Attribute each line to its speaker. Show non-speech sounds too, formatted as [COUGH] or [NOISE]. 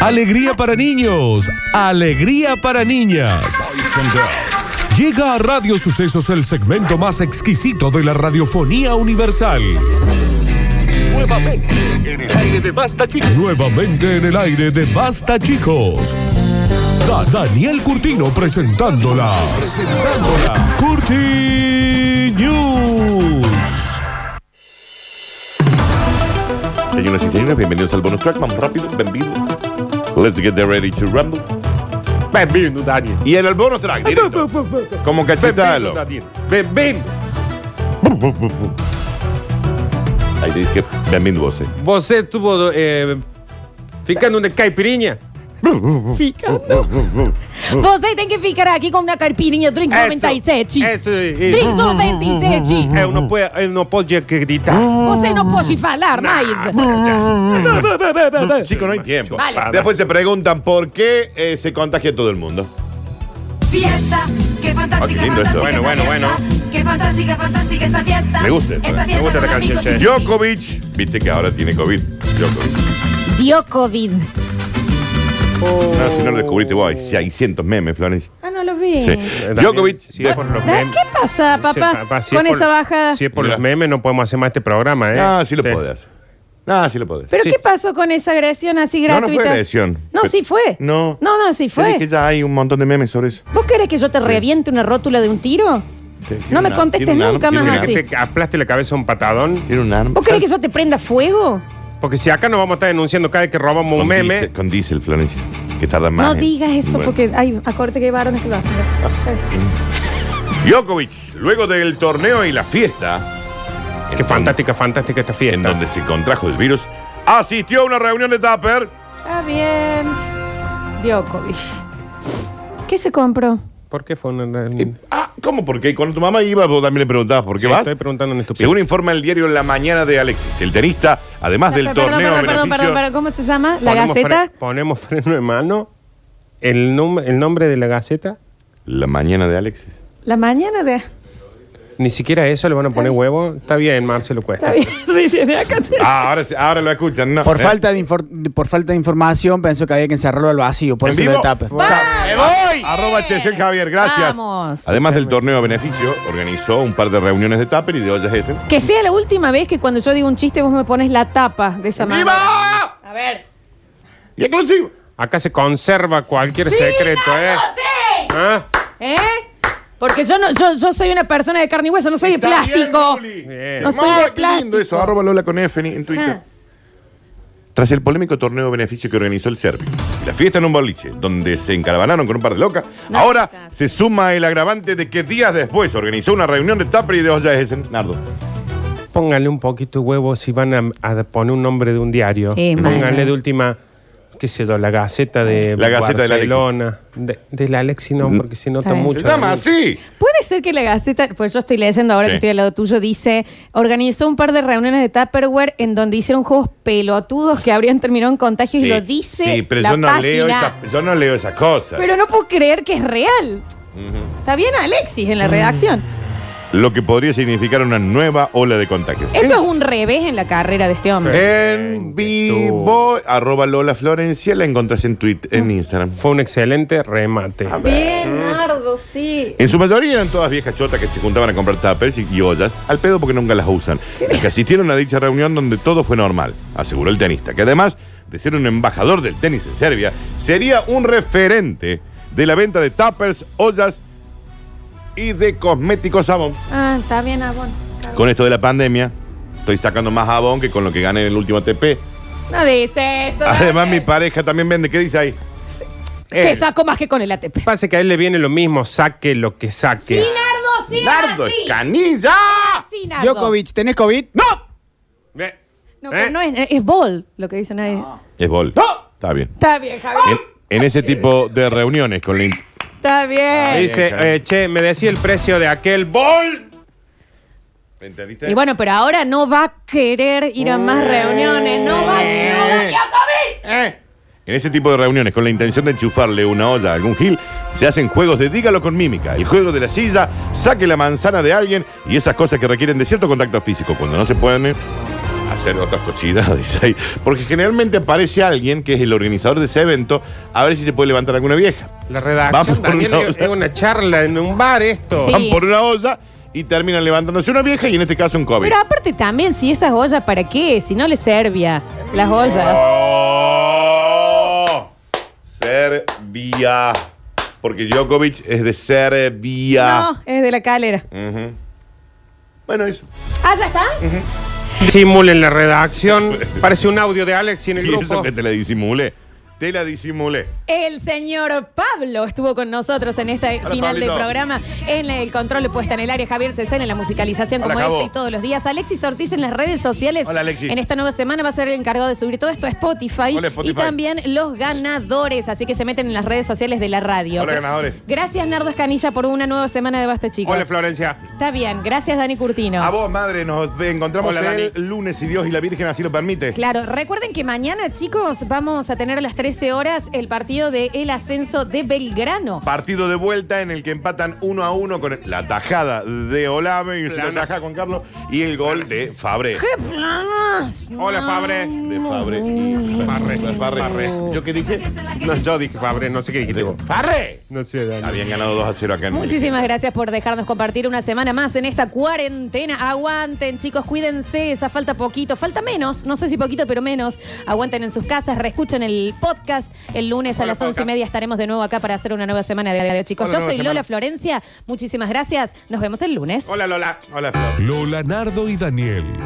Speaker 1: Alegría para niños, alegría para niñas. Llega a Radio Sucesos el segmento más exquisito de la radiofonía universal. Nuevamente en el aire de Basta Chicos. Nuevamente en el aire de Basta Chicos. Da- Daniel Curtino presentándola. Presentándola. Curti News.
Speaker 2: Señoras y señores, bienvenidos al bonus track. Vamos rápido, bienvenido. Let's get ready to rumble.
Speaker 3: Bienvenido, Daniel.
Speaker 2: Y en el bonus track, directo. Como
Speaker 3: Bienvenido,
Speaker 2: cachetalo.
Speaker 3: Daniel. Bienvenido.
Speaker 2: Ahí te dice que bienvenido vos. eh.
Speaker 3: Vos estuvo eh, ficando una caipirinha.
Speaker 4: Ficando.
Speaker 2: Mm,
Speaker 4: Vocês têm que ficar aqui com uma carpirinha Drink 97.
Speaker 3: Eso, eso,
Speaker 4: Drink
Speaker 3: eso.
Speaker 2: Mm,
Speaker 4: 97.
Speaker 3: Eu não puedo, eu não podia acreditar. Ah,
Speaker 4: Você não pode falar mais.
Speaker 2: Chicos, no hay tiempo.
Speaker 4: Vale.
Speaker 2: Después se preguntan por qué eh, se contagia todo el mundo.
Speaker 5: Fiesta, qué fantástica,
Speaker 2: Ah, qué lindo esto.
Speaker 5: fantástica esta
Speaker 3: Bueno, bueno,
Speaker 5: fiesta. Qué fantástica, fantástica esta fiesta.
Speaker 2: Me gusta esto, eh.
Speaker 5: Esta fiesta
Speaker 3: Me gusta
Speaker 5: con
Speaker 3: la canción,
Speaker 5: amigos
Speaker 3: che.
Speaker 5: y-
Speaker 2: Djokovic, viste que ahora tiene COVID. Djokovic.
Speaker 4: Dio COVID.
Speaker 2: No, Ah, si no lo descubriste vos, hay 600 memes, Florencia.
Speaker 4: Ah, no lo vi.
Speaker 2: Sí. Djokovic.
Speaker 3: Eh, Si es por los
Speaker 4: Da-
Speaker 3: memes.
Speaker 4: Eh, ¿Qué pasa,
Speaker 3: Si es-
Speaker 4: papá?
Speaker 3: papá, si es
Speaker 4: con
Speaker 3: por-
Speaker 4: esa bajada.
Speaker 3: Si es por
Speaker 2: Mira.
Speaker 3: los memes, no podemos hacer más este programa, ¿eh?
Speaker 2: Ah, sí lo
Speaker 3: Sí.
Speaker 2: podés. Ah, sí lo podés.
Speaker 4: ¿Pero
Speaker 3: sí.
Speaker 4: qué pasó con esa agresión así
Speaker 2: No,
Speaker 4: gratuita?
Speaker 2: no fue agresión.
Speaker 4: No,
Speaker 2: Pero-
Speaker 4: sí fue.
Speaker 2: No.
Speaker 4: No, no, sí
Speaker 2: Pero Es
Speaker 4: fue.
Speaker 2: que ya hay un montón de memes sobre eso.
Speaker 4: ¿Vos querés que yo te reviente una rótula de un tiro?
Speaker 2: Sí, tiene
Speaker 4: No me
Speaker 2: una-
Speaker 4: contestes
Speaker 2: tiene una-
Speaker 4: nunca
Speaker 2: tiene
Speaker 4: más
Speaker 2: una-
Speaker 3: Que
Speaker 4: así.
Speaker 3: te aplaste la cabeza a un patadón.
Speaker 2: Tiene un arma.
Speaker 4: ¿Vos querés que yo te prenda fuego?
Speaker 3: Porque si acá nos vamos a estar denunciando cada vez que robamos un
Speaker 2: Con
Speaker 3: meme.
Speaker 2: diésel- con diésel, Florencia. Que tarda más.
Speaker 4: No
Speaker 2: en-
Speaker 4: digas eso
Speaker 2: Bueno. Ah.
Speaker 4: porque hay acorde que hay varones que lo hacen.
Speaker 2: Djokovic, luego del torneo y la fiesta. en
Speaker 3: Qué
Speaker 2: donde-
Speaker 3: fantástica, fantástica esta fiesta.
Speaker 2: En donde se contrajo el virus. Asistió a una reunión de Tupper.
Speaker 4: Está bien. Djokovic. ¿Qué se compró?
Speaker 3: ¿Por qué fue una.?
Speaker 2: Eh, ah, ¿Cómo? Porque cuando tu mamá iba, vos también le preguntabas por qué
Speaker 3: Sí,
Speaker 2: vas.
Speaker 3: Estoy preguntando en estupidez.
Speaker 2: Según informa el diario La Mañana de Alexis, el tenista, además del
Speaker 4: Ah, perdón,
Speaker 2: torneo
Speaker 4: perdón,
Speaker 2: beneficio,
Speaker 4: perdón, perdón, perdón, ¿cómo se llama? ¿La
Speaker 3: Ponemos
Speaker 4: Gaceta?
Speaker 3: fre- ponemos freno de mano. El, nom- el nombre de la gaceta.
Speaker 2: La Mañana de Alexis.
Speaker 4: La mañana de...
Speaker 3: Ni siquiera eso le van a poner huevo. Está bien, Marcelo Cuesta.
Speaker 4: Está bien, [LAUGHS] sí, tiene acá.
Speaker 2: Ah, ahora, se- ahora lo escuchan, ¿no?
Speaker 6: Por,
Speaker 2: ¿Eh?
Speaker 6: falta de infor- por falta de información pensó que había que encerrarlo al vacío, por
Speaker 2: ¿En
Speaker 6: eso lo
Speaker 2: vivo?
Speaker 6: tapa.
Speaker 2: ¡Me voy! Arroba Chesel Javier, gracias.
Speaker 4: Vamos.
Speaker 2: Además del torneo de beneficio, organizó un par de reuniones de Tupper y de ollas Essen.
Speaker 4: Que sea la última vez que cuando yo digo un chiste vos me pones la tapa de esa mano.
Speaker 2: ¡Viva!
Speaker 4: A ver.
Speaker 2: Y exclusivo.
Speaker 3: Acá se conserva cualquier secreto, ¿eh?
Speaker 4: ¡Sí!
Speaker 3: ¿Ah?
Speaker 4: ¿Eh? Porque yo, no, yo, yo soy una persona de carne y hueso, no soy de
Speaker 2: Está
Speaker 4: plástico.
Speaker 2: bien, Luli.
Speaker 3: Bien.
Speaker 4: No soy de
Speaker 2: qué lindo
Speaker 4: plástico.
Speaker 2: eso. Arroba Lola con F en Twitter.
Speaker 4: Ah.
Speaker 2: Tras el polémico torneo de beneficio que organizó el Serbio, y la fiesta en un boliche, donde se encaravanaron con un par de locas,
Speaker 4: No,
Speaker 2: ahora
Speaker 4: quizás.
Speaker 2: se suma el agravante de que días después organizó una reunión de Tupper y de ollas Essen. Nardo.
Speaker 3: Póngale un poquito de huevo si van a, a poner un nombre de un diario.
Speaker 4: Sí,
Speaker 3: Póngale
Speaker 4: mano.
Speaker 3: de última, qué sé yo, la Gaceta de
Speaker 2: La Gaceta de la
Speaker 3: Barcelona. De, de la Alexi no, porque se
Speaker 4: Está
Speaker 3: nota
Speaker 4: bien.
Speaker 3: mucho.
Speaker 2: Se llama así.
Speaker 4: Puede ser que la Gaceta, pues yo estoy leyendo ahora
Speaker 2: Sí.
Speaker 4: que estoy al lado tuyo, dice, organizó un par de reuniones de Tupperware en donde hicieron juegos pelotudos que habrían terminado en contagios y lo dice
Speaker 2: Sí, pero
Speaker 4: la
Speaker 2: yo no,
Speaker 4: página.
Speaker 2: leo esa- yo no leo esas cosas.
Speaker 4: Pero no puedo creer que es real. Está bien Alexis en la redacción.
Speaker 2: Lo que podría significar una nueva ola de contagios.
Speaker 4: Esto es un revés en la carrera de este
Speaker 2: Eh,
Speaker 4: hombre.
Speaker 2: En vivo, arroba Lola Florencia, la encontrás en Twitter, en Instagram.
Speaker 3: Fue un excelente remate.
Speaker 4: Ah,
Speaker 2: eh.
Speaker 4: Bien, Nardo, sí.
Speaker 2: En su mayoría eran todas viejas chotas que se juntaban a comprar tuppers y y ollas al pedo porque nunca las usan. Y que asistieron a dicha reunión donde todo fue normal, aseguró el tenista, que además de ser un embajador del tenis en Serbia, sería un referente de la venta de tuppers, ollas y de cosméticos jabón.
Speaker 4: Ah, está bien, Abón.
Speaker 2: Con esto de la pandemia, estoy sacando más jabón que con lo que gané en el último ATP.
Speaker 4: No dice eso.
Speaker 2: Además, mi
Speaker 4: Nardo.
Speaker 2: pareja también vende. ¿Qué dice ahí?
Speaker 4: Que
Speaker 3: Eh,
Speaker 4: saco más que con el ATP.
Speaker 3: Pasa que a él le viene lo mismo, saque lo que saque.
Speaker 4: Sí, Nardo, sí,
Speaker 2: ¡Nardo
Speaker 4: así.
Speaker 2: Escanilla!
Speaker 4: Sí, Nardo.
Speaker 6: Djokovic, ¿tenés COVID? ¡No!
Speaker 3: Ve,
Speaker 4: No,
Speaker 3: ¿eh?
Speaker 4: pero no es, es bol lo que dicen ahí.
Speaker 2: Es bol. Está bien.
Speaker 4: Está bien, Javier.
Speaker 2: En, en ese tipo de reuniones con la... in-
Speaker 4: Está
Speaker 2: Ah,
Speaker 4: bien.
Speaker 3: Dice,
Speaker 2: bien, Javi.
Speaker 3: eh, che, me decía el precio de aquel bol.
Speaker 2: ¿Entendiste?
Speaker 4: Y bueno, pero ahora no va a querer ir a
Speaker 2: Eh.
Speaker 4: más reuniones. No va a querer.
Speaker 3: eh,
Speaker 2: En ese tipo de reuniones, con la intención de enchufarle una olla a algún gil, se hacen juegos de dígalo con mímica, el juego de la silla, saque la manzana de alguien y esas cosas que requieren de cierto contacto físico. Cuando no se pueden, eh, hacer otras [LAUGHS] cochinadas ahí. Porque generalmente aparece alguien que es el organizador de ese evento a ver si se puede levantar alguna vieja.
Speaker 3: La
Speaker 2: Vamos
Speaker 3: redacción,
Speaker 2: por
Speaker 3: Daniel,
Speaker 2: una
Speaker 3: es-
Speaker 2: otra.
Speaker 3: es una charla en un bar esto.
Speaker 4: Sí.
Speaker 2: Van por una olla y terminan levantándose una vieja y en este caso un COVID.
Speaker 4: Pero aparte también, si esas ollas, ¿para qué? Si no le servía las ollas.
Speaker 2: ¡Oh! Serbia. Porque Djokovic es de Serbia.
Speaker 4: No, es de la calera.
Speaker 2: Ujú. Bueno, eso.
Speaker 4: Ah, ya está.
Speaker 3: Simulen la redacción. Parece un audio de Alex y en el
Speaker 2: Y eso
Speaker 3: grupo.
Speaker 2: que te la disimulé. Te la disimulé.
Speaker 4: El señor Pablo estuvo con nosotros en este final
Speaker 2: Pablito.
Speaker 4: de programa, en el control de puesta en el área, Javier Cesena en la musicalización
Speaker 2: Hola,
Speaker 4: como
Speaker 2: Javo.
Speaker 4: este y todos los días, Alexis Ortiz en las redes sociales.
Speaker 2: Hola, Alexis.
Speaker 4: En esta nueva semana va a ser el encargado de subir todo esto a Spotify,
Speaker 2: Hola, Spotify.
Speaker 4: y también los ganadores, así que se meten en las redes sociales de la radio.
Speaker 2: Hola, ganadores.
Speaker 4: Gracias Nardo Escanilla por una nueva semana de Basta Chicos.
Speaker 3: Hola, Florencia.
Speaker 4: Está bien, gracias Dani Curtino.
Speaker 2: A vos, madre, nos encontramos
Speaker 3: Hola, Dani.
Speaker 2: el lunes, si Dios y la Virgen así lo permite.
Speaker 4: Claro, recuerden que mañana, chicos, vamos a tener a las 13 horas el partido de El Ascenso de Belgrano.
Speaker 2: Partido de vuelta en el que empatan uno a uno con la tajada de Olave y se lo
Speaker 3: Planas.
Speaker 2: taja Juan Carlos y el gol de Fabre.
Speaker 4: ¡Qué planas!
Speaker 3: Hola, Fabre.
Speaker 2: De Fabre. y-
Speaker 3: Farre.
Speaker 2: Farre.
Speaker 3: Farre.
Speaker 2: ¿Yo qué dije?
Speaker 3: No, yo dije Fabre, no sé qué dijiste vos. ¡Farre! No sé, Dani.
Speaker 2: Habían ganado 2 a 0 acá en Música.
Speaker 4: Muchísimas gracias por dejarnos compartir una semana más en esta cuarentena. Aguanten, chicos, cuídense, ya falta poquito, falta menos, no sé si poquito, pero menos. Aguanten en sus casas, reescuchen el podcast. El lunes a
Speaker 3: Hola,
Speaker 4: las once y
Speaker 3: podcast.
Speaker 4: media estaremos de nuevo acá para hacer una nueva semana de radio, chicos.
Speaker 2: Hola,
Speaker 4: Yo
Speaker 2: nueva
Speaker 4: soy Lola
Speaker 2: semana.
Speaker 4: Florencia, muchísimas gracias. Nos vemos el lunes.
Speaker 3: Hola, Lola.
Speaker 2: Hola, Flor.
Speaker 1: Lola, Nardo y Daniel.